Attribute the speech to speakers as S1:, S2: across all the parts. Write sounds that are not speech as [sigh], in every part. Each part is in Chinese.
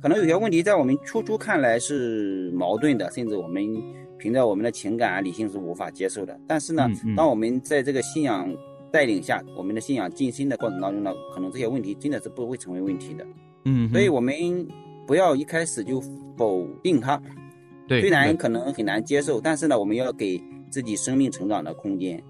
S1: 可能有些问题在我们初初看来是矛盾的，甚至我们凭着我们的情感啊、理性是无法接受的。但是呢，
S2: 嗯嗯
S1: 当我们在这个信仰带领下，我们的信仰晋升的过程当中呢，可能这些问题真的是不会成为问题的。
S2: 嗯哼
S1: 所以我们不要一开始就否定它，
S2: 对
S1: 虽然可能很难接受，但是呢，我们要给自己生命成长的空间。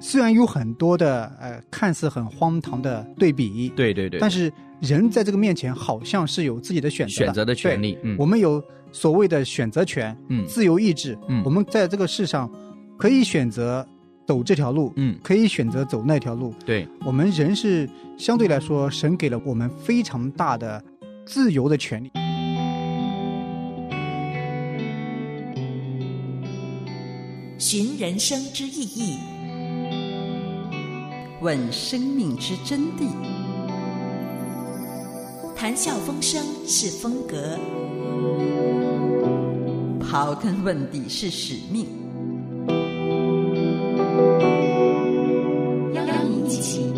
S3: 虽然有很多的呃看似很荒唐的对比，
S2: 对对对，
S3: 但是人在这个面前好像是有自己的选择
S2: 选择的权
S3: 对
S2: 利，嗯，
S3: 我们有所谓的选择权，
S2: 嗯
S3: 自由意志，
S2: 嗯
S3: 我们在这个世上可以选择走这条路，
S2: 嗯
S3: 可以选择走那条路。
S2: 对
S3: 我们人是相对来说，神给了我们非常大的自由的权利。
S4: 寻人生之意义，问生命之真谛。谈笑风生是风格，刨根问底是使命。邀您一起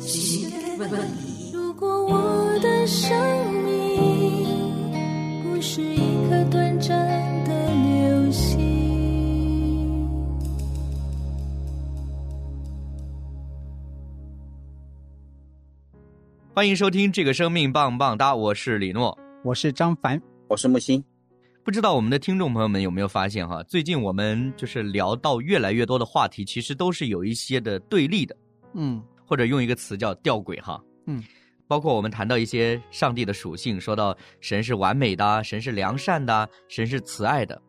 S4: 寻根问底。
S5: 如果我的生命不是一颗短暂的流星，
S2: 欢迎收听这个生命棒棒哒，我是李诺。
S3: 我是张凡，
S1: 我是木心，
S2: 不知道我们的听众朋友们有没有发现哈，最近我们就是聊到越来越多的话题，其实都是有一些的对立的，
S3: 嗯
S2: 或者用一个词叫吊诡哈。
S3: 嗯，
S2: 包括我们谈到一些上帝的属性，说到神是完美的啊，神是良善的啊，神是慈爱的。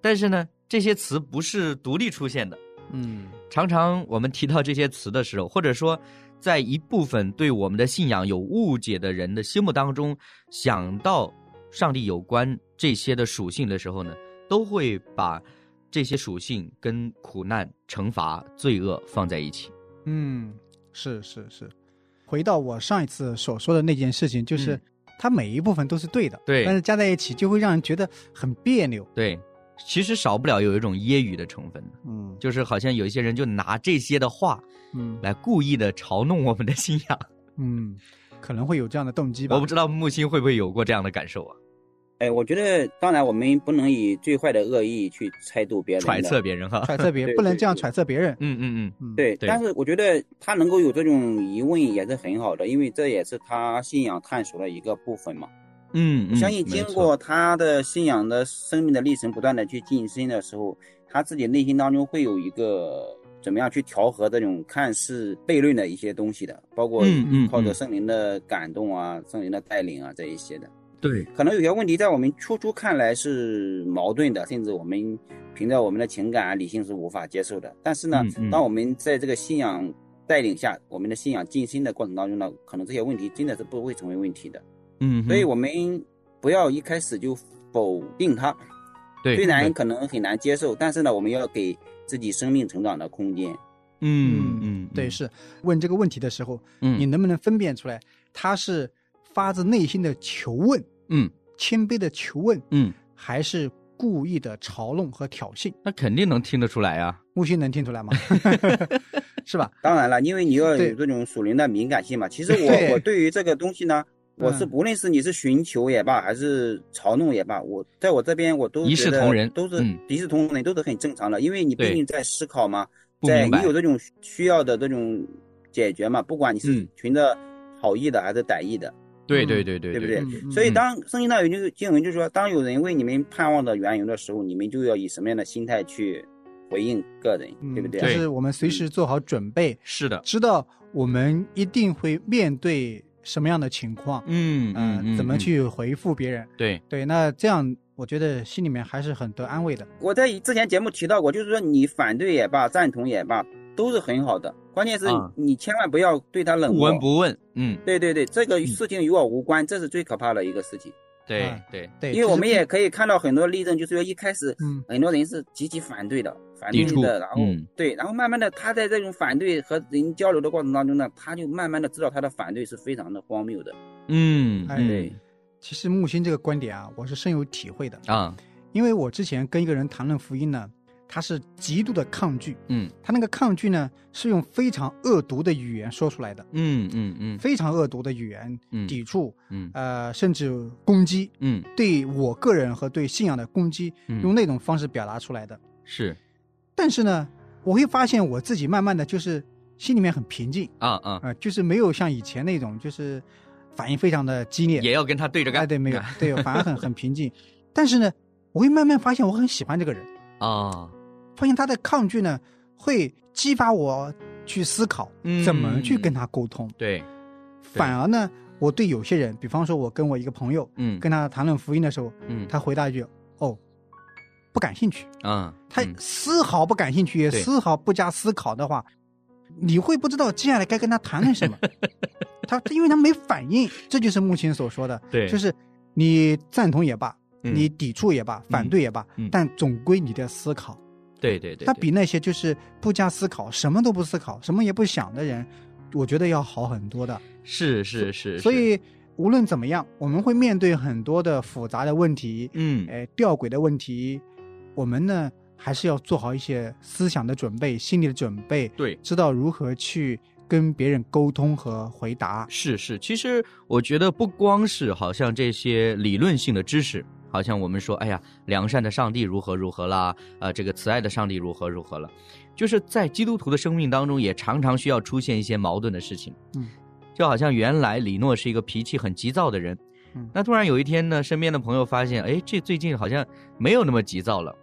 S2: 但是呢，这些词不是独立出现的。
S3: 嗯，
S2: 常常我们提到这些词的时候，或者说，在一部分对我们的信仰有误解的人的心目当中，想到上帝有关这些的属性的时候呢，都会把这些属性跟苦难、惩罚、罪恶放在一起。
S3: 嗯，是是是。回到我上一次所说的那件事情，就是
S2: 嗯
S3: 它每一部分都是对的，
S2: 对
S3: 但是加在一起就会让人觉得很别扭。
S2: 对，其实少不了有一种揶揄的成分，
S3: 嗯
S2: 就是好像有一些人就拿这些的话
S3: 嗯
S2: 来故意的嘲弄我们的信
S1: [laughs]
S2: 仰。
S3: 嗯，可能会有这样的动机吧。
S2: 我不知道木心会不会有过这样的感受啊？
S1: 哎，我觉得当然我们不能以最坏的恶意去猜度别人的
S2: 揣测别人哈。
S3: 揣测别人，
S1: 对
S3: 不能
S1: 对
S3: 这样
S1: 对
S3: 揣测别人。
S2: 嗯嗯嗯，
S3: 嗯，
S1: 对，
S2: 对
S1: 但是我觉得他能够有这种疑问也是很好的，因为这也是他信仰探索的一个部分嘛。
S2: 嗯，
S1: 我相信
S2: 嗯
S1: 经。
S2: 没错
S1: 过他的信仰的生命的历程不断的去晋升的时候，他自己内心当中会有一个怎么样去调和这种看似悖论的一些东西的，包括
S2: 嗯嗯
S1: 靠着
S2: 嗯
S1: 圣灵的感动啊、圣灵的带领啊这一些的。
S2: 对，
S1: 可能有些问题在我们初初看来是矛盾的，甚至我们凭着我们的情感啊、理性是无法接受的。但是呢，
S2: 嗯嗯
S1: 当我们在这个信仰带领下，我们的信仰晋升的过程当中呢，可能这些问题真的是不会成为问题的。
S2: 嗯哼，
S1: 所以我们不要一开始就否定它，
S2: 对
S1: 虽然
S2: 对
S1: 可能很难接受，但是呢，我们要给自己生命成长的空间。
S2: 嗯嗯，
S3: 对，
S2: 嗯，
S3: 是问这个问题的时候，
S2: 嗯
S3: 你能不能分辨出来，他是发自内心的求问，
S2: 嗯
S3: 谦卑的求问，
S2: 嗯，
S3: 还是故意的嘲弄和挑衅？
S2: 那肯定能听得出来啊。
S3: 木须能听出来
S2: [laughs]
S3: 吗？是吧？
S1: 当然了，因为你要
S3: 对
S1: 有这种属灵的敏感性
S3: [laughs]
S1: 嘛。其实
S3: 对
S1: 我我对于这个东西呢，我是
S3: 嗯
S1: 不论是你是寻求也罢，还是嘲弄也罢，我在我这边我都
S2: 一视
S1: 觉得
S2: 同仁
S1: 都是
S2: 嗯
S1: 一视同仁，都是很正常的，因为你
S2: 对
S1: 毕竟在思考嘛，
S2: 不
S1: 在
S2: 明
S1: 你
S2: 白
S1: 有这种需要的这种解决嘛，不管你是
S2: 嗯
S1: 存着好意的还是歹意的，
S2: 对
S3: 嗯
S2: 对对对
S1: 对不
S2: 对
S1: 对？
S3: 嗯
S1: 所以
S2: 嗯
S1: 当圣经上有句经文就是说，当有人为你们盼望的缘由的时候，你们就要以什么样的心态去回应个人，
S3: 嗯，
S1: 对不对？
S3: 就是我们随时做好准备，
S2: 是的，
S3: 知道我们一定会面对什么样的情况，
S2: 嗯
S3: 呃
S2: 嗯，
S3: 怎么
S2: 嗯
S3: 去回复别人？
S2: 对，
S3: 对，那这样我觉得心里面还是很得安慰的。
S1: 我在之前节目提到过，就是说你反对也罢，赞同也罢，都是很好的。关键是
S2: 嗯
S1: 你千万不要对他冷
S2: 不
S1: 漠。
S2: 闻不问，嗯，
S1: 对对对，这个事情与我无关，这是最可怕的一个事情。
S2: 对、
S3: 嗯
S2: 对，
S3: 对，
S1: 因为我们
S3: 这是
S1: 也可以看到很多例证，就是说一开始
S3: 嗯
S1: 很多人是积极反对的，反
S2: 抵
S1: 对
S2: 触
S1: 的，然后、
S2: 嗯
S1: 对，然后慢慢的，他在这种反对和人交流的过程当中呢，他就慢慢的知道他的反对是非常的荒谬的。
S2: 嗯，
S3: 哎
S2: 嗯
S3: 其实木心这个观点啊，我是深有体会的，
S2: 啊，
S3: 因为我之前跟一个人谈论福音呢，他是极度的抗拒，
S2: 嗯
S3: 他那个抗拒呢是用非常恶毒的语言说出来的，
S2: 嗯嗯嗯
S3: 非常恶毒的语言
S2: 嗯
S3: 抵触，
S2: 嗯
S3: 呃，甚至攻击，
S2: 嗯，
S3: 对我个人和对信仰的攻击，
S2: 嗯
S3: 用那种方式表达出来的。
S2: 是
S3: 但是呢，我会发现我自己慢慢的就是心里面很平静
S2: 啊啊，
S3: 啊、就是没有像以前那种就是反应非常的激烈，
S2: 也要跟他对着干，啊
S3: 哎，对，没有，对，反而很很平静。但是呢，我会慢慢发现我很喜欢这个人，
S2: [laughs] 啊，
S3: 发现他的抗拒呢，会激发我去思考
S2: 嗯
S3: 怎么去跟他沟通。
S2: 对，
S3: 反而呢，我对有些人，比方说我跟我一个朋友
S2: 嗯，
S3: 跟他谈论福音的时候，
S2: 嗯
S3: 他回答一句：“哦，不感兴趣。”
S2: 啊，
S3: 他
S2: 嗯
S3: 丝毫不感兴趣，也
S2: 对
S3: 丝毫不加思考的话，你会不知道接下来该跟他谈论什么。他因为他没反应，这就是木青所说的，
S2: [laughs] 对
S3: 就是你赞同也罢，
S2: 嗯
S3: 你抵触也罢，反对也罢，
S2: 嗯
S3: 但总归你的思考。
S2: 对对对，
S3: 他
S2: 对
S3: 比那些就是不加思考、什么都不思考、什么也不想的人，我觉得要好很多的。
S2: 是是是，
S3: 所
S2: 是
S3: 以无论怎么样，我们会面对很多的复杂的问题，
S2: 嗯
S3: 哎，吊诡的问题，我们呢还是要做好一些思想的准备、心理的准备，
S2: 对，
S3: 知道如何去跟别人沟通和回答。
S2: 是是，其实我觉得不光是好像这些理论性的知识，好像我们说，哎呀，良善的上帝如何如何啦，呃，这个慈爱的上帝如何如何了，就是在基督徒的生命当中，也常常需要出现一些矛盾的事情。
S3: 嗯，
S2: 就好像原来李诺是一个脾气很急躁的人，
S3: 嗯
S2: 那突然有一天呢，身边的朋友发现，哎，这最近好像没有那么急躁了，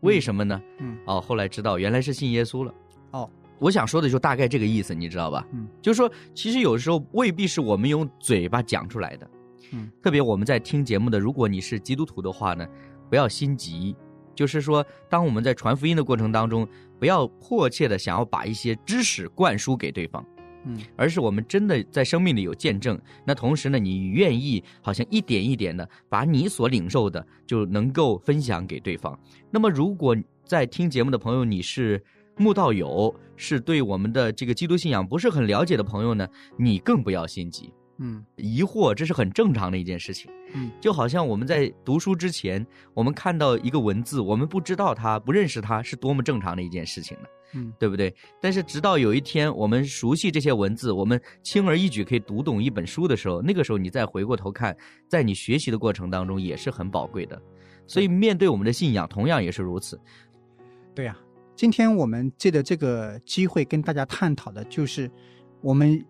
S2: 为什么呢？
S3: 嗯，
S2: 哦，后来知道原来是信耶稣了。
S3: 哦，
S2: 我想说的就大概这个意思，你知道吧？
S3: 嗯，
S2: 就是说，其实有时候未必是我们用嘴巴讲出来的。
S3: 嗯，
S2: 特别我们在听节目的，如果你是基督徒的话呢，不要心急。就是说，当我们在传福音的过程当中，不要迫切的想要把一些知识灌输给对方，
S3: 嗯，
S2: 而是我们真的在生命里有见证。那同时呢，你愿意好像一点一点的把你所领受的就能够分享给对方。那么，如果在听节目的朋友你是慕道友，是对我们的这个基督信仰不是很了解的朋友呢，你更不要心急。
S3: 嗯
S2: 疑惑，这是很正常的一件事情。
S3: 嗯，
S2: 就好像我们在读书之前，我们看到一个文字，我们不知道它、不认识它是多么正常的一件事情呢，
S3: 嗯，
S2: 对不对？但是直到有一天我们熟悉这些文字，我们轻而易举可以读懂一本书的时候，那个时候你再回过头看，在你学习的过程当中也是很宝贵的。所以，面对我们的信仰，同样也是如此。
S3: 对呀、今天我们借着这个机会跟大家探讨的就是，我们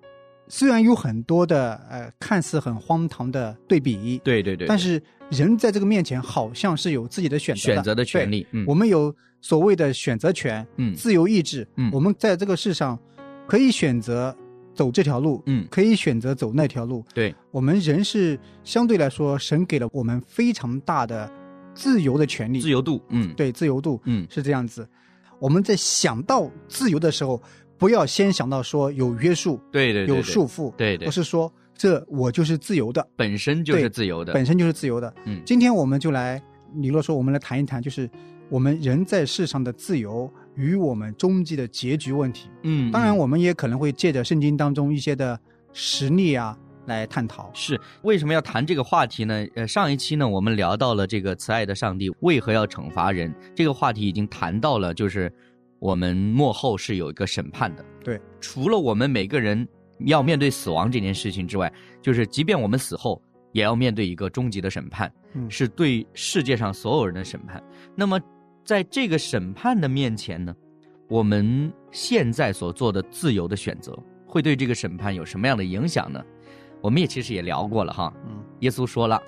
S3: 虽然有很多的呃看似很荒唐的对比，
S2: 对对对
S3: 但是人在这个面前好像是有自己的选择
S2: 选择的
S3: 的
S2: 权
S3: 对
S2: 利，嗯，
S3: 我们有所谓的选择权，
S2: 嗯
S3: 自由意志，
S2: 嗯
S3: 我们在这个世上可以选择走这条路，
S2: 嗯
S3: 可以选择走那条路。
S2: 对，
S3: 我们人是相对来说，神给了我们非常大的自由的权利，
S2: 自由度，嗯，，
S3: 对自由度，
S2: 嗯
S3: 是这样子。我们在想到自由的时候，不要先想到说有约束、
S2: 对对对，
S3: 有
S2: 对
S3: 束缚，
S2: 对对
S3: 而是说这我就是自由的，
S2: 本身就是
S3: 对
S2: 自由的，
S3: 本身就是自由的。
S2: 嗯
S3: 今天我们就来，李洛说，我们来谈一谈，就是我们人在世上的自由与我们终极的结局问题。
S2: 嗯，
S3: 当然，
S2: 嗯
S3: 我们也可能会借着圣经当中一些的实例啊来探讨。
S2: 是为什么要谈这个话题呢？呃，上一期呢，我们聊到了这个慈爱的上帝为何要惩罚人，这个话题已经谈到了，就是我们幕后是有一个审判的。
S3: 对，
S2: 除了我们每个人要面对死亡这件事情之外，就是即便我们死后，也要面对一个终极的审判，
S3: 嗯
S2: 是对世界上所有人的审判。那么，在这个审判的面前呢，我们现在所做的自由的选择，会对这个审判有什么样的影响呢？我们也其实也聊过了哈，
S3: 嗯，
S2: 耶稣说了，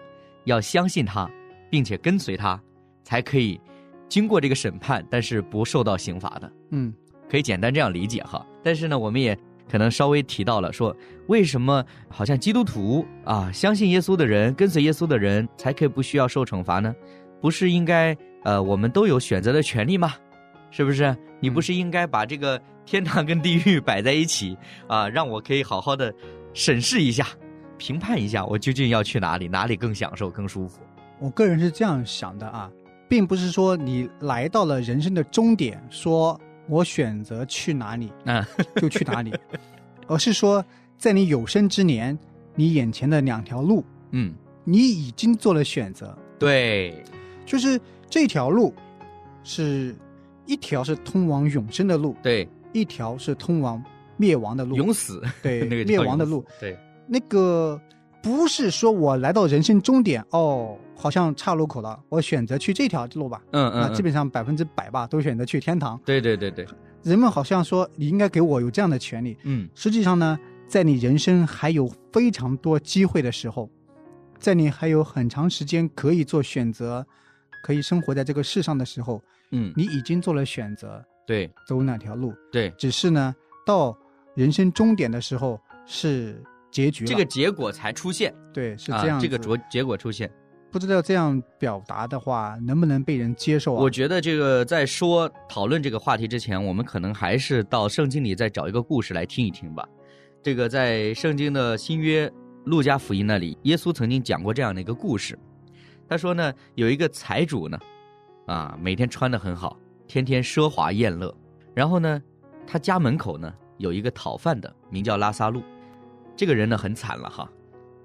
S2: 要相信他，并且跟随他，才可以经过这个审判，但是不受到刑罚的，
S3: 嗯
S2: 可以简单这样理解哈。但是呢，我们也可能稍微提到了说，为什么好像基督徒啊，相信耶稣的人，跟随耶稣的人，才可以不需要受惩罚呢？不是应该呃，我们都有选择的权利吗？是不是？你不是应该把这个天堂跟地狱摆在一起啊，让我可以好好的审视一下、评判一下，我究竟要去哪里，哪里更享受、更舒服？
S3: 我个人是这样想的啊，并不是说你来到了人生的终点，说我选择去哪里
S2: 嗯，
S3: [laughs] 就去哪里，而是说在你有生之年，你眼前的两条路，
S2: 嗯，
S3: 你已经做了选择，
S2: 对，
S3: 就是这条路是一条是通往永生的路，
S2: 对，
S3: 一条是通往灭亡的路，
S2: 永死， [laughs]
S3: 对
S2: 那个叫
S3: 灭亡的
S2: 永死
S3: 路，
S2: 对，
S3: 那个不是说我来到人生终点哦，好像岔路口了，我选择去这条路吧。
S2: 嗯
S3: 那
S2: 嗯，
S3: 基
S2: 嗯
S3: 本上百分之百吧，都选择去天堂。
S2: 对对对对，
S3: 人们好像说你应该给我有这样的权利，
S2: 嗯，
S3: 实际上呢，在你人生还有非常多机会的时候，在你还有很长时间可以做选择，可以生活在这个世上的时候，
S2: 嗯，
S3: 你已经做了选择，
S2: 对
S3: 走哪条路。
S2: 对，
S3: 只是呢，到人生终点的时候是结局了
S2: 这个结果才出现，
S3: 对是
S2: 啊
S3: 这样、
S2: 这个结结果出现。
S3: 不知道这样表达的话能不能被人接受啊？
S2: 我觉得这个在说讨论这个话题之前，我们可能还是到圣经里再找一个故事来听一听吧。这个在圣经的新约路加福音那里，耶稣曾经讲过这样的一个故事。他说呢，有一个财主呢，啊，每天穿的很好，天天奢华宴乐。然后呢，他家门口呢有一个讨饭的，名叫拉萨路。这个人呢很惨了哈，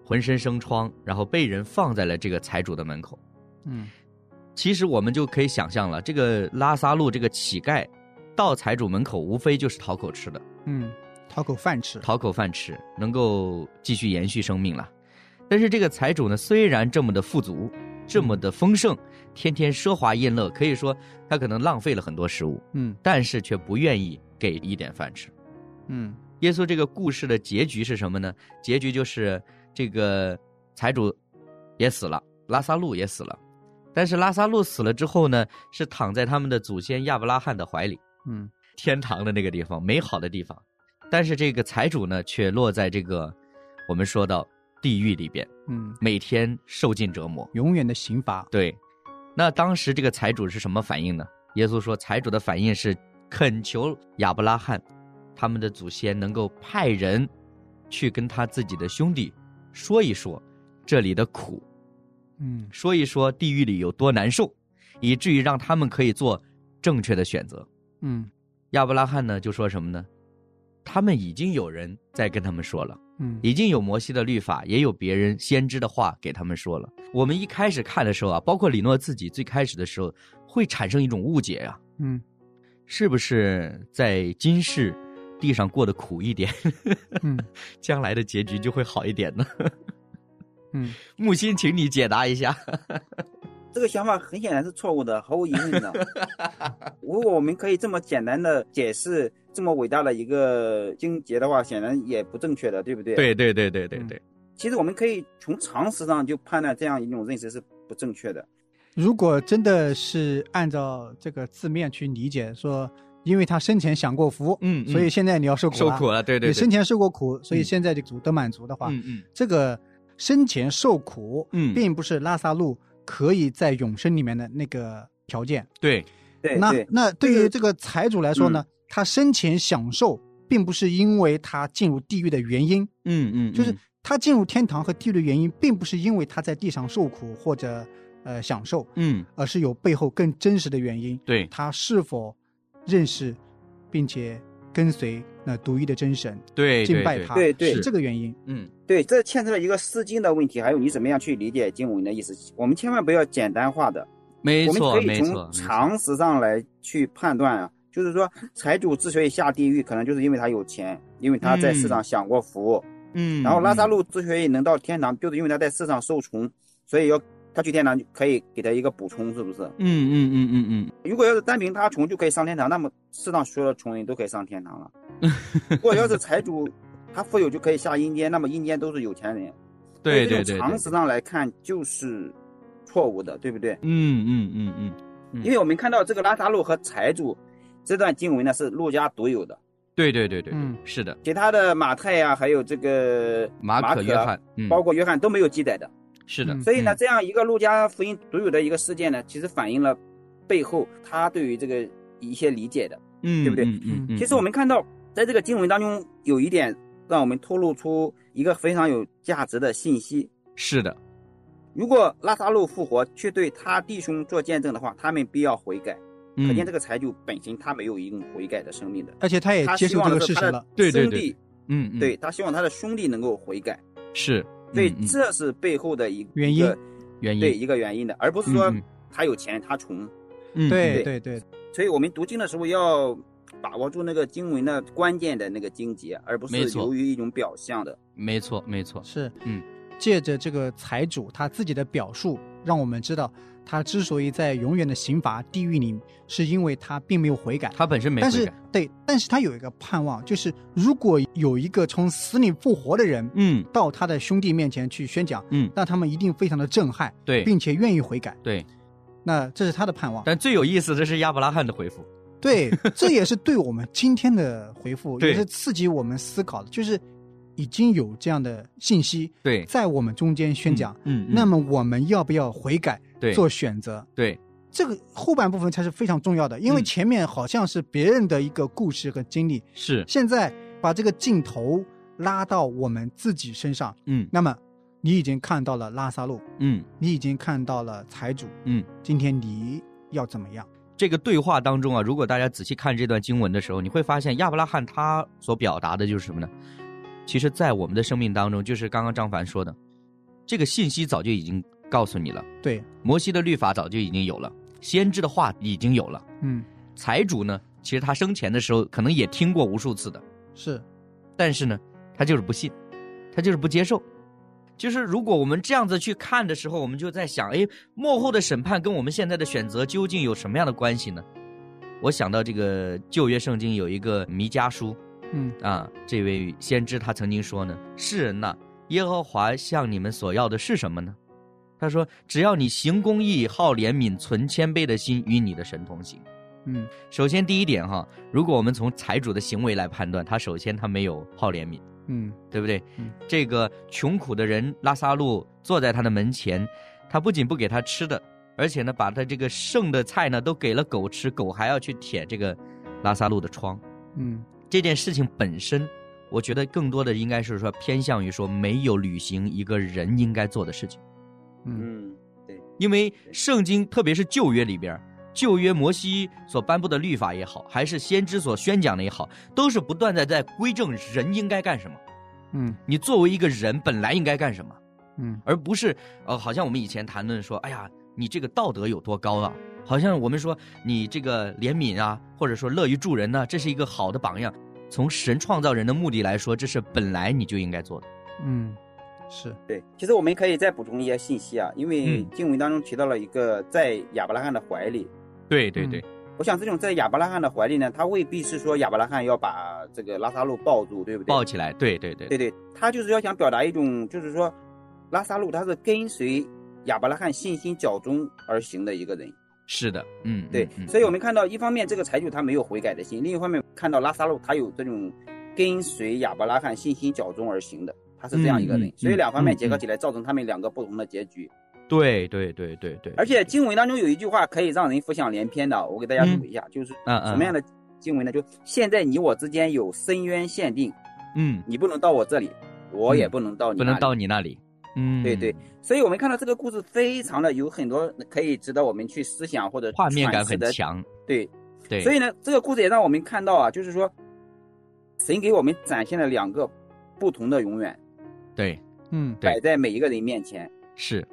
S2: 浑身生疮，然后被人放在了这个财主的门口。
S3: 嗯
S2: 其实我们就可以想象了，这个拉萨路这个乞丐到财主门口，无非就是讨口吃的，
S3: 嗯，讨口饭吃。
S2: 讨口饭吃，能够继续延续生命了。但是这个财主呢，虽然这么的富足，这么的丰盛，天天奢华宴乐，可以说他可能浪费了很多食物，
S3: 嗯
S2: 但是却不愿意给一点饭吃。
S3: 嗯
S2: 耶稣这个故事的结局是什么呢？结局就是这个财主也死了，拉萨路也死了。但是拉萨路死了之后呢，是躺在他们的祖先亚伯拉罕的怀里，
S3: 嗯
S2: 天堂的那个地方，美好的地方。但是这个财主呢，却落在这个我们说到地狱里边，
S3: 嗯，
S2: 每天受尽折磨。
S3: 永远的刑罚。
S2: 对，那当时这个财主是什么反应呢？耶稣说，财主的反应是恳求亚伯拉罕他们的祖先能够派人去跟他自己的兄弟说一说这里的苦，
S3: 嗯
S2: 说一说地狱里有多难受，以至于让他们可以做正确的选择。
S3: 嗯
S2: 亚伯拉罕呢就说什么呢？他们已经有人在跟他们说了。
S3: 嗯
S2: 已经有摩西的律法，也有别人先知的话给他们说了。我们一开始看的时候啊，包括李诺自己最开始的时候，会产生一种误解呀、
S3: 嗯
S2: 是不是在今世地上过得苦一点，
S3: 嗯
S2: [laughs] 将来的结局就会好一点呢？ [laughs]
S3: 嗯
S2: 木心，请你解答一下。
S1: 这个想法很显然是错误的，毫无疑问的。如果我们可以这么简单的解释这么伟大的一个经节的话，显然也不正确的，对不对？。
S2: 对对对对
S3: 对，
S1: 其实我们可以从常识上就判断这样一种认识是不正确的。
S3: 如果真的是按照这个字面去理解，说因为他生前享过福，
S2: 嗯嗯
S3: 所以现在你要受苦、啊，
S2: 受苦了，对对
S3: 你生
S2: 对，
S3: 前受过苦，所以
S2: 嗯
S3: 现在就主得满足的话，
S2: 嗯嗯
S3: 这个生前受苦，
S2: 嗯
S3: 并不是拉萨路可以在永生里面的那个条件。
S2: 哎对，嗯
S1: 对
S3: 那
S1: 对，
S3: 那对于这个财主来说呢，他生前享受，并不是因为他进入地狱的原因，
S2: 嗯嗯，
S3: 就是他进入天堂和地狱的原因，并不是因为他在地上受苦或者呃享受，
S2: 嗯
S3: 而是有背后更真实的原因。
S2: 对
S3: 他是否认识，并且跟随那独一的真神，
S2: 对
S3: 敬拜他，
S1: 对对
S3: 是
S2: 是
S3: 这个原因。
S2: 嗯
S1: 对，这牵扯到一个诗经的问题，还有你怎么样去理解经文的意思。我们千万不要简单化的，
S2: 没
S1: 我们
S2: 错
S1: 可
S2: 没
S1: 以
S2: 错
S1: 从，常识上来去判断啊。就是说，财主之所以下地狱，可能就是因为他有钱，因为他在世上享过福。
S2: 嗯，
S1: 然后拉萨路之所以能到天堂，就是因为他在世上受穷，所以要他去天堂可以给他一个补充，是不是？
S2: 嗯，嗯嗯嗯嗯
S1: 如果要是单凭他穷就可以上天堂，那么世上所有的穷人都可以上天堂
S2: [laughs]
S1: 了。如果要是财主他富有就可以下阴间，那么阴间都是有钱人。
S2: 嗯，对
S1: 所以
S2: 对对，
S1: 哎这
S2: 对
S1: 种常识上来看就是错误的，对不对？
S2: 嗯嗯嗯嗯，嗯
S1: 因为我们看到这个拉萨路和财主这段经文呢是路加独有的，
S2: 对对对对，
S3: 嗯
S2: 对是的，
S1: 其他的马太呀、还有这个啊
S2: 马可、约翰，嗯，
S1: 包括约翰都没有记载的。
S2: 是的
S3: 嗯，
S1: 所以呢，
S2: 嗯，
S1: 这样一个路加福音独有的一个事件呢，其实反映了背后他对于这个一些理解的。
S2: 嗯，
S1: 对不对
S2: 嗯嗯嗯。
S1: 其实我们看到，在这个经文当中有一点让我们透露出一个非常有价值的信息：
S2: 是的，
S1: 如果拉萨路复活却对他弟兄做见证的话，他们必要悔改。
S2: 嗯
S1: 可见这个财主本身他没有一种悔改的生命的，
S3: 而且
S2: 哎
S3: 他也
S1: 他
S3: 接
S1: 希
S3: 受
S1: 望
S3: 这
S1: 的
S3: 个
S1: 是
S3: 事
S1: 他
S3: 实了
S1: 的。
S2: 对对
S1: 兄
S2: 对
S1: 弟，
S2: 嗯嗯
S1: 对他希望他的兄弟能够悔改，
S2: 是，
S1: 所以
S2: 嗯嗯
S1: 这是背后的一个
S3: 原因
S2: 原因
S1: 对一个原因的，而不是说
S2: 嗯嗯
S1: 他有钱他穷。
S2: 嗯
S3: 对
S1: 对
S3: 对对，
S1: 所以我们读经的时候要把握住那个经文的关键的那个经节，而不
S2: 没
S1: 是
S2: 错
S1: 由于一种表象的。
S2: 没错没错，
S3: 是，
S2: 嗯，
S3: 借着这个财主他自己的表述，让我们知道他之所以在永远的刑罚地狱里，是因为他并没有悔改。
S2: 他本身没
S3: 但
S2: 悔
S3: 是
S2: 改，
S3: 对，但是他有一个盼望，就是如果有一个从死里复活的人，
S2: 嗯
S3: 到他的兄弟面前去宣讲，
S2: 嗯，
S3: 那他们一定非常的震撼，
S2: 对
S3: 并且愿意悔改。
S2: 对。
S3: 那这是他的盼望，
S2: 但最有意思的是亚伯拉罕的回复，
S3: 对， [laughs] 这也是对我们今天的回复，
S2: 对
S3: 也是刺激我们思考的，就是已经有这样的信息
S2: 对，
S3: 在我们中间宣讲，
S2: 嗯，嗯
S3: 那么我们要不要悔改
S2: 对
S3: 做选择？
S2: 对
S3: 这个后半部分才是非常重要的，因为
S2: 嗯
S3: 前面好像是别人的一个故事和经历，
S2: 是，
S3: 现在把这个镜头拉到我们自己身上，
S2: 嗯
S3: 那么你已经看到了拉萨路，
S2: 嗯
S3: 你已经看到了财主，
S2: 嗯，
S3: 今天你要怎么样？
S2: 这个对话当中啊，如果大家仔细看这段经文的时候，你会发现亚伯拉罕他所表达的就是什么呢？其实，在我们的生命当中，就是刚刚张凡说的，这个信息早就已经告诉你了，
S3: 对，
S2: 摩西的律法早就已经有了，先知的话已经有了，
S3: 嗯，
S2: 财主呢，其实他生前的时候可能也听过无数次的，
S3: 是，
S2: 但是呢，他就是不信，他就是不接受。就是如果我们这样子去看的时候，我们就在想，哎，幕后的审判跟我们现在的选择究竟有什么样的关系呢？我想到这个旧约圣经有一个弥迦书
S3: 嗯，
S2: 啊，这位先知他曾经说呢，世人呐、耶和华向你们所要的是什么呢？他说，只要你行公义、好怜悯、存谦卑的心，与你的神同行。
S3: 嗯，
S2: 首先第一点哈，如果我们从财主的行为来判断，他首先他没有好怜悯，
S3: 嗯，
S2: 对不对？
S3: 嗯
S2: 这个穷苦的人拉萨路坐在他的门前，他不仅不给他吃的，而且呢，把他这个剩的菜呢都给了狗吃，狗还要去舔这个拉萨路的疮。
S3: 嗯，
S2: 这件事情本身，我觉得更多的应该是说偏向于说没有履行一个人应该做的事情。
S3: 嗯，
S1: 嗯，
S2: 因为圣经，特别是旧约里边儿，旧约摩西所颁布的律法也好，还是先知所宣讲的也好，都是不断的在规正人应该干什么。
S3: 嗯，
S2: 你作为一个人，本来应该干什么，
S3: 嗯，
S2: 而不是呃，好像我们以前谈论说，哎呀，你这个道德有多高啊？好像我们说你这个怜悯啊，或者说乐于助人呢、这是一个好的榜样。从神创造人的目的来说，这是本来你就应该做的。
S3: 嗯，是，
S1: 对。其实我们可以再补充一些信息啊，因为
S2: 嗯
S1: 经文当中提到了一个在亚伯拉罕的怀里，
S2: 对
S3: 对
S1: 嗯
S3: 对，
S1: 我想这种在亚伯拉罕的怀里呢，他未必是说亚伯拉罕要把这个拉萨路抱住，对不对？
S2: 抱起来，对对对，
S1: 对对，他就是要想表达一种，就是说，拉萨路他是跟随亚伯拉罕信心脚中而行的一个人。
S2: 是的，嗯，
S1: 对，
S2: 嗯嗯
S1: 所以我们看到，一方面这个财主他没有悔改的心，另一方面看到拉萨路他有这种跟随亚伯拉罕信心脚中而行的，他是这样一个人。
S2: 嗯嗯
S1: 所以两方面结合
S2: 嗯
S1: 起来，造成他们两个不同的结局。
S2: 对对对对对，
S1: 而且经文当中有一句话可以让人浮想联翩的，我给大家读一下，就是
S2: 嗯嗯
S1: 什么样的经文呢？就现在你我之间有深渊限定，
S2: 嗯，
S1: 你不能到我这里，我也
S2: 嗯
S1: 不能到你
S2: 不
S1: 那里。
S2: 能到你那里，嗯，
S1: 对对，所以我们看到这个故事非常的有很多可以值得我们去思想或者
S2: 画面感
S1: 阐释
S2: 很
S1: 的。
S2: 强，
S1: 对，
S2: 对，
S1: 所以呢，这个故事也让我们看到啊，就是说，神给我们展现了两个不同的永远
S2: 对
S3: 嗯，
S2: 对
S1: 摆在每一个人面前，
S2: 是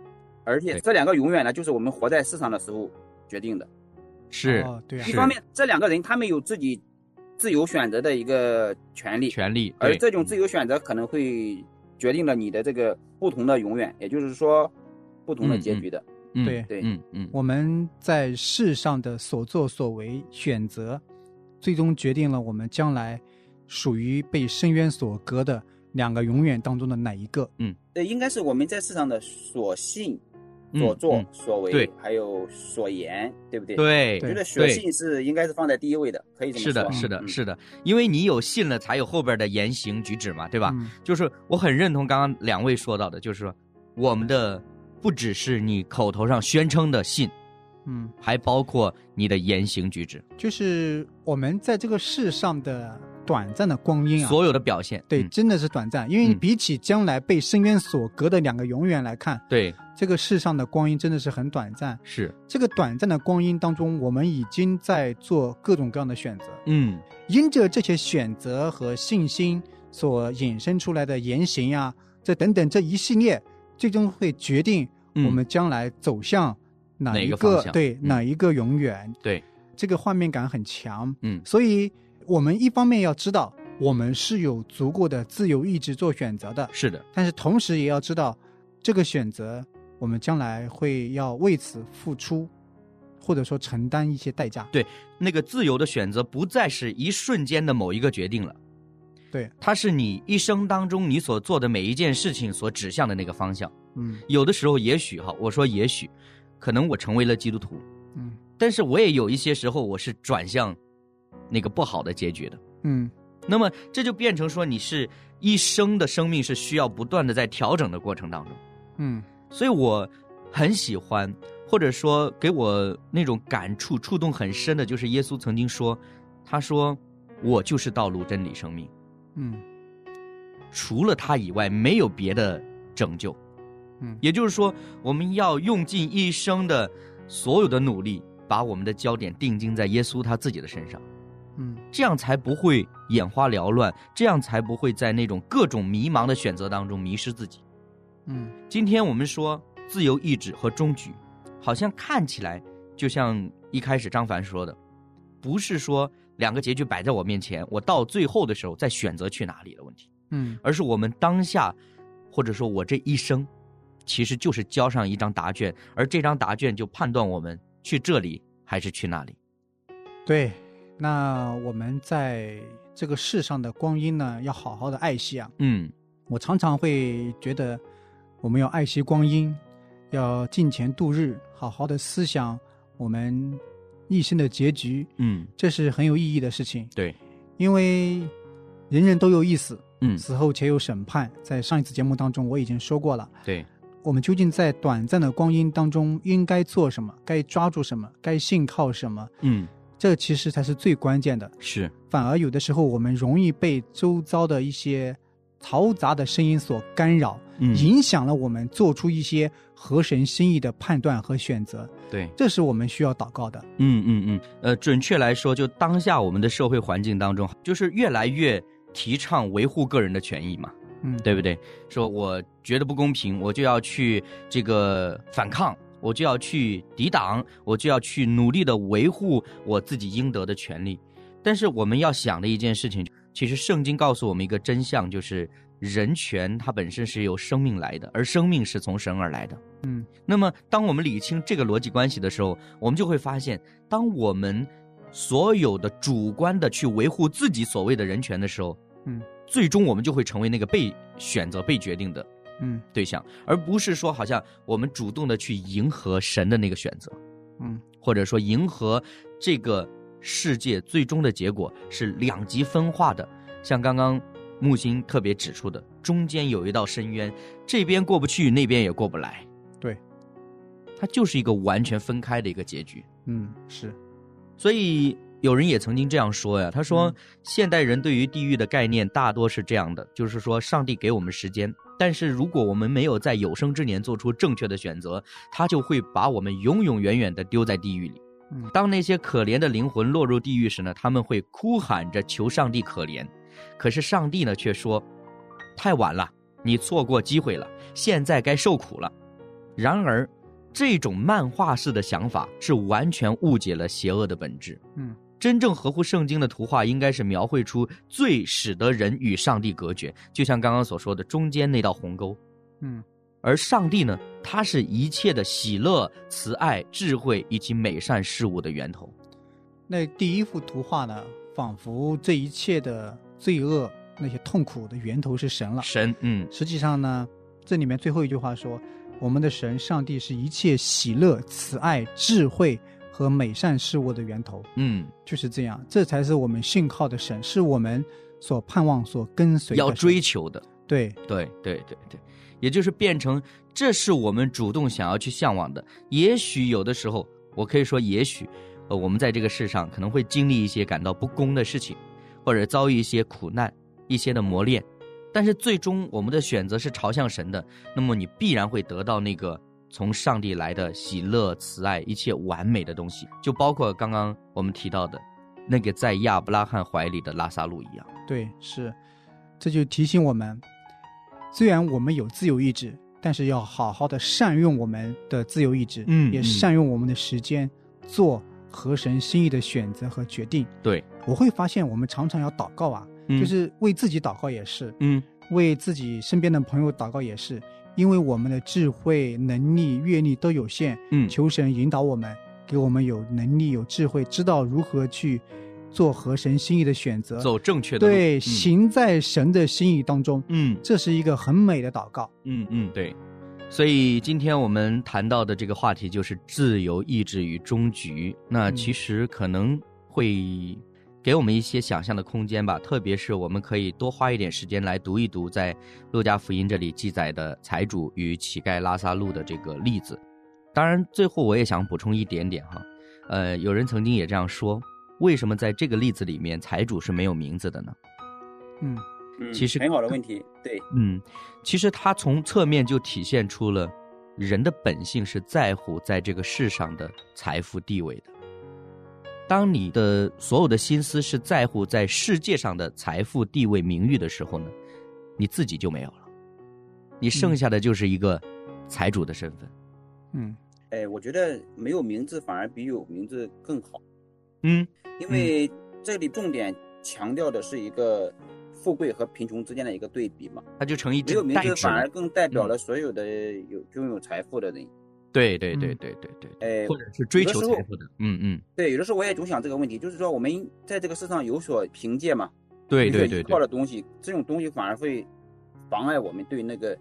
S1: 而
S2: 对
S1: 且这两个永远呢，就是我们活在世上的时候决定的。
S2: 是
S3: 哦，对啊
S1: 一
S2: 是
S1: 方面，这两个人他们有自己自由选择的一个权利，
S2: 权利，
S1: 而
S2: 对
S1: 这种自由选择可能会决定了你的这个不同的永远，也就是说，不同的
S2: 嗯
S1: 结
S2: 嗯
S1: 局的。
S2: 嗯
S3: 对
S1: 对
S2: 嗯嗯
S3: 我们在世上的所作所为选择，最终决定了我们将来属于被深渊所隔的两个永远当中的哪一个。
S1: 对，应该是我们在世上的所信、
S2: 嗯
S1: 所作、
S2: 嗯
S1: 所为，
S2: 对
S1: 还有所言，对不对？，
S2: 对
S1: 我觉得学
S2: 对
S1: 信是应该是放在第一位的，可以这么说
S2: 是
S1: 啊。
S2: 的，是的，
S1: 嗯
S2: 是的，因为你有信了，才有后边的言行举止嘛，对吧？
S3: 嗯
S2: 就是我很认同刚刚两位说到的，就是说我们的不只是你口头上宣称的信，
S3: 嗯，
S2: 还包括你的言行举止，
S3: 就是我们在这个世上的短暂的光阴啊，
S2: 所有的表现。
S3: 对，
S2: 嗯
S3: 真的是短暂，因为
S2: 嗯
S3: 比起将来被深渊所隔的两个永远来看，
S2: 对，
S3: 这个世上的光阴真的是很短暂。
S2: 是，
S3: 这个短暂的光阴当中，我们已经在做各种各样的选择，
S2: 嗯，
S3: 因着这些选择和信心所衍生出来的言行呀、这等等这一系列，最终会决定
S2: 嗯
S3: 我们将来走向哪
S2: 哪
S3: 一
S2: 个
S3: 个
S2: 方向
S3: 对、
S2: 嗯
S3: 哪一个永远。
S2: 对，
S3: 这个画面感很强，
S2: 嗯
S3: 所以我们一方面要知道我们是有足够的自由意志做选择的，
S2: 是的，
S3: 但是同时也要知道，这个选择我们将来会要为此付出，或者说承担一些代价。
S2: 那个自由的选择不再是一瞬间的某一个决定了，
S3: 对，
S2: 它是你一生当中你所做的每一件事情所指向的那个方向。
S3: 嗯
S2: 有的时候，也许哈，我说也许，可能我成为了基督徒，
S3: 嗯
S2: 但是我也有一些时候我是转向那个不好的结局的。
S3: 嗯，
S2: 那么这就变成说，你是一生的生命是需要不断的在调整的过程当中。
S3: 嗯
S2: 所以我很喜欢，或者说给我那种感触、触动很深的，就是耶稣曾经说，他说：“我就是道路、真理、生命，
S3: 嗯
S2: 除了他以外，没有别的拯救。”
S3: 嗯
S2: 也就是说，我们要用尽一生的所有的努力，把我们的焦点定睛在耶稣他自己的身上，
S3: 嗯
S2: 这样才不会眼花缭乱，这样才不会在那种各种迷茫的选择当中迷失自己。
S3: 嗯
S2: 今天我们说自由意志和终局，好像看起来就像一开始张凡说的，不是说两个结局摆在我面前，我到最后的时候再选择去哪里的问题，
S3: 嗯
S2: 而是我们当下，或者说我这一生，其实就是交上一张答卷，而这张答卷就判断我们去这里还是去那里。
S3: 对。那我们在这个世上的光阴呢，要好好的爱惜啊。
S2: 嗯，
S3: 我常常会觉得，我们要爱惜光阴，要尽前度日，好好的思想我们一生的结局，
S2: 嗯，
S3: 这是很有意义的事情。
S2: 对，
S3: 因为人人都有意思，
S2: 嗯，
S3: 死后且有审判。在上一次节目当中，我已经说过了，
S2: 对，
S3: 我们究竟在短暂的光阴当中应该做什么，该抓住什么，该信靠什么，
S2: 嗯，
S3: 这其实才是最关键的。
S2: 是，
S3: 反而有的时候，我们容易被周遭的一些嘈杂的声音所干扰，
S2: 嗯
S3: 影响了我们做出一些合神心意的判断和选择。
S2: 对，
S3: 这是我们需要祷告的。
S2: 嗯嗯嗯，呃，准确来说，就当下我们的社会环境当中，就是越来越提倡维护个人的权益嘛，
S3: 嗯，
S2: 对不对？说我觉得不公平，我就要去这个反抗，我就要去抵挡，我就要去努力的维护我自己应得的权利。但是我们要想的一件事情，其实圣经告诉我们一个真相，就是人权它本身是由生命来的，而生命是从神而来的。
S3: 嗯，
S2: 那么当我们理清这个逻辑关系的时候，我们就会发现，当我们所有的主观的去维护自己所谓的人权的时候，
S3: 嗯，
S2: 最终我们就会成为那个被选择、被决定的
S3: 嗯
S2: 对象，而不是说好像我们主动的去迎合神的那个选择，
S3: 嗯
S2: 或者说迎合这个世界最终的结果是两极分化的。像刚刚木星特别指出的，中间有一道深渊，这边过不去，那边也过不来。
S3: 对，
S2: 它就是一个完全分开的一个结局。
S3: 嗯，是，
S2: 所以有人也曾经这样说呀，他说、
S3: 嗯
S2: 现代人对于地狱的概念大多是这样的，就是说上帝给我们时间，但是如果我们没有在有生之年做出正确的选择，他就会把我们永永远远的丢在地狱里。
S3: 嗯
S2: 当那些可怜的灵魂落入地狱时呢，他们会哭喊着求上帝可怜，可是上帝呢却说，太晚了，你错过机会了，现在该受苦了。然而，这种漫画式的想法是完全误解了邪恶的本质。
S3: 嗯
S2: 真正合乎圣经的图画，应该是描绘出最使得人与上帝隔绝，就像刚刚所说的中间那道鸿沟。
S3: 嗯
S2: 而上帝呢，他是一切的喜乐、慈爱、智慧以及美善事物的源头。
S3: 那第一幅图画呢，仿佛这一切的罪恶、那些痛苦的源头是神了。
S2: 神，嗯，
S3: 实际上呢，这里面最后一句话说，我们的神上帝是一切喜乐、慈爱、智慧和美善事物的源头，
S2: 嗯，
S3: 就是这样，这才是我们信靠的神，是我们所盼望、所跟随的神
S2: 要追求的，
S3: 对，
S2: 对对对对，也就是变成这是我们主动想要去向往的。也许有的时候我可以说，也许，呃，我们在这个世上可能会经历一些感到不公的事情，或者遭遇一些苦难、一些的磨练，但是最终我们的选择是朝向神的，那么你必然会得到那个从上帝来的喜乐、慈爱、一切完美的东西，就包括刚刚我们提到的，那个在亚伯拉罕怀里的拉萨路一样。
S3: 对，是，这就提醒我们，虽然我们有自由意志，但是要好好的善用我们的自由意志，
S2: 嗯
S3: 也
S2: 嗯
S3: 善用我们的时间，做合神心意的选择和决定。
S2: 对，
S3: 我会发现，我们常常要祷告啊，
S2: 嗯
S3: 就是为自己祷告也是，
S2: 嗯，
S3: 为自己身边的朋友祷告也是，因为我们的智慧、能力、阅历都有限，
S2: 嗯
S3: 求神引导我们，给我们有能力、有智慧，知道如何去做合神心意的选择，
S2: 走正确的路。
S3: 对，
S2: 嗯，
S3: 行在神的心意当中，
S2: 嗯
S3: 这是一个很美的祷告。
S2: 嗯嗯，对。所以今天我们谈到的这个话题就是自由意志与终局。那
S3: 嗯
S2: 其实可能会给我们一些想象的空间吧，特别是我们可以多花一点时间来读一读在路加福音这里记载的财主与乞丐拉萨路的这个例子。当然，最后我也想补充一点点哈，呃，有人曾经也这样说，为什么在这个例子里面财主是没有名字的呢？
S3: 嗯，
S1: 嗯
S2: 其实
S1: 很好的问题，对，
S2: 嗯，其实它从侧面就体现出了人的本性是在乎在这个世上的财富地位的。当你的所有的心思是在乎在世界上的财富、地位、名誉的时候呢，你自己就没有了，
S1: 嗯
S2: 你剩下的就是一个财主的身份。
S3: 嗯，
S1: 哎，我觉得没有名字反而比有名字更好，
S2: 嗯
S1: 因为这里重点强调的是一个富贵和贫穷之间的一个对比嘛，
S2: 它就成一
S1: 没
S2: 只
S1: 有名
S2: 代
S1: 字
S2: 指
S1: 反
S2: 了
S1: 而。更代
S2: 嗯
S1: 表了所有的有拥有财富的人。
S2: 对对对
S3: 嗯
S2: 对对对，
S1: 哎
S2: 或者是追
S1: 有的
S2: 求
S1: 时候
S2: 财富的。嗯嗯，
S1: 对，有的时候我也总想这个问题，就是说我们在这个世上有所凭借嘛，
S2: 对
S1: 有所
S2: 对对
S1: 依靠
S2: 对
S1: 的，东西，这种东西反而会妨碍我们对那个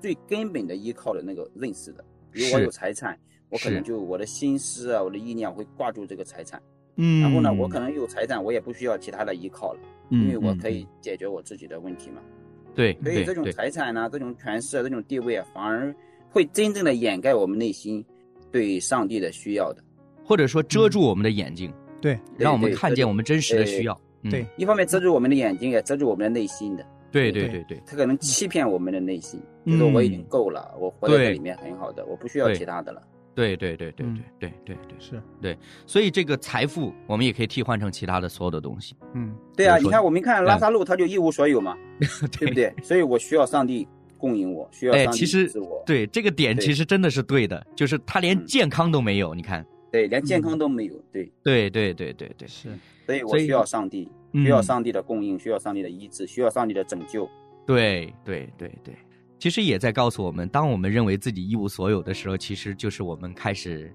S1: 最根本的依靠的那个认识的。比如我
S2: 是
S1: 有财产，我可能
S2: 是
S1: 就我的心思啊，我的意念我会挂住这个财产。
S2: 嗯
S1: 然后呢，我可能有财产，我也不需要其他的依靠了，因为我可以
S2: 嗯
S1: 解决我自己的问题嘛。
S2: 嗯对
S1: 所以
S2: 对
S1: 这种
S2: 对，
S1: 财产呢、这种权势啊、这种地位啊，反而会真正的掩盖我们内心对上帝的需要的。
S2: 或者说
S1: 嗯
S2: 遮住我们的眼睛，
S3: 嗯对，
S1: 对
S2: 让我们
S1: 对
S2: 看
S1: 这
S2: 见
S1: 种
S2: 我们真实的
S1: 对
S2: 需要。嗯
S3: 对
S1: 一方面遮住我们的眼睛，也遮住我们的内心的。
S2: 对
S3: 对
S2: 对对对
S1: 他可能欺骗我们的内心，就是我已经够了，我活在
S2: 对
S1: 这里面很好的，我不需要
S2: 嗯对
S1: 其他的了。
S2: 对对对对
S3: 嗯
S2: 对对对对。
S3: 是，
S2: 所以这个财富，我们也可以替换成其他的所有的东西。
S3: 嗯，
S1: 对啊，
S2: 没错
S1: 你看我们看
S2: 对
S1: 拉萨路，他就一无所有嘛， [laughs] 对不对？所以我需要上帝供应我，需要
S2: 哎，
S1: 上帝
S2: 其实
S1: 是我，
S2: [laughs] 对这个点
S1: 对
S2: 其实真的是对的，就是他连
S1: 嗯
S2: 健康都没有，你看。
S1: 对，连健康都没有，对，
S2: 对对对对对，
S3: 是，
S1: 所以我
S2: 嗯所以
S1: 需要上帝，
S2: 嗯
S1: 需要上帝的供应，需要上帝的医治，需要上帝的拯救。
S2: 对对对对，其实也在告诉我们，当我们认为自己一无所有的时候，其实就是我们开始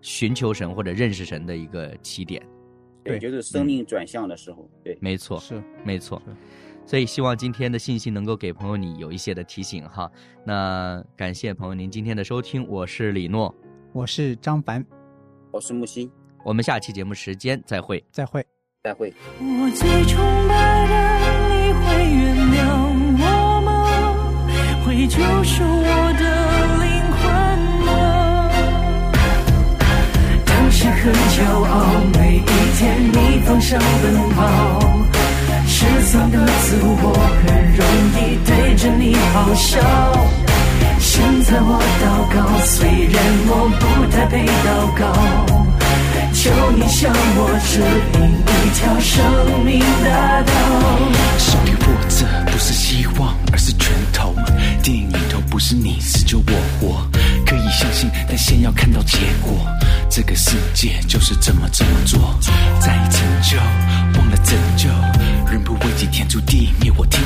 S2: 寻求神或者认识神的一个起点。
S1: 对，就
S3: 对
S1: 是生命转向的时候，对，
S2: 嗯没错，
S3: 是，
S2: 没错
S3: 是。
S2: 所以希望今天的信息能够给朋友你有一些的提醒哈。那感谢朋友您今天的收听，我是李诺，
S3: 我是张凡，
S1: 我是木心，
S2: 我们下期节目时间再会。
S3: 再会。
S1: 再会。
S5: 我最崇拜的你会原谅我吗？会救赎我的灵魂吗？当时很骄傲，每一天你方向奔跑，失丧的自我很容易对着你咆哮。现在我祷告，虽然我不太配祷告。求你向我指引一条生命大道。
S6: 上帝握着不是希望，而是拳头。电影里头不是你死就我活，可以相信，但先要看到结果。这个世界就是这么这么做，在意成就，忘了拯救。人不为己，天诛地灭，我听